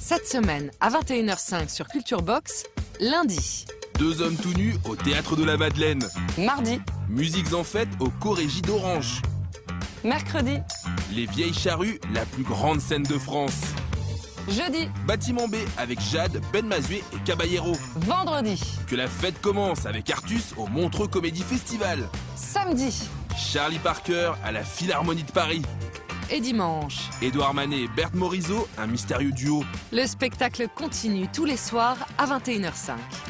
Cette semaine, à 21h05 sur Culture Box, lundi, Deux hommes tout nus au théâtre de la Madeleine. mardi, Musiques en fête au Corégie d'Orange. mercredi, Les vieilles charrues, la plus grande scène de France. jeudi, Bâtiment B avec Jade, Ben Mazué et Caballero. vendredi, Que la fête commence avec Artus au Montreux Comédie Festival. samedi Charlie Parker à la Philharmonie de Paris. et dimanche. Édouard Manet et Berthe Morisot, un mystérieux duo. Le spectacle continue tous les soirs à 21h05.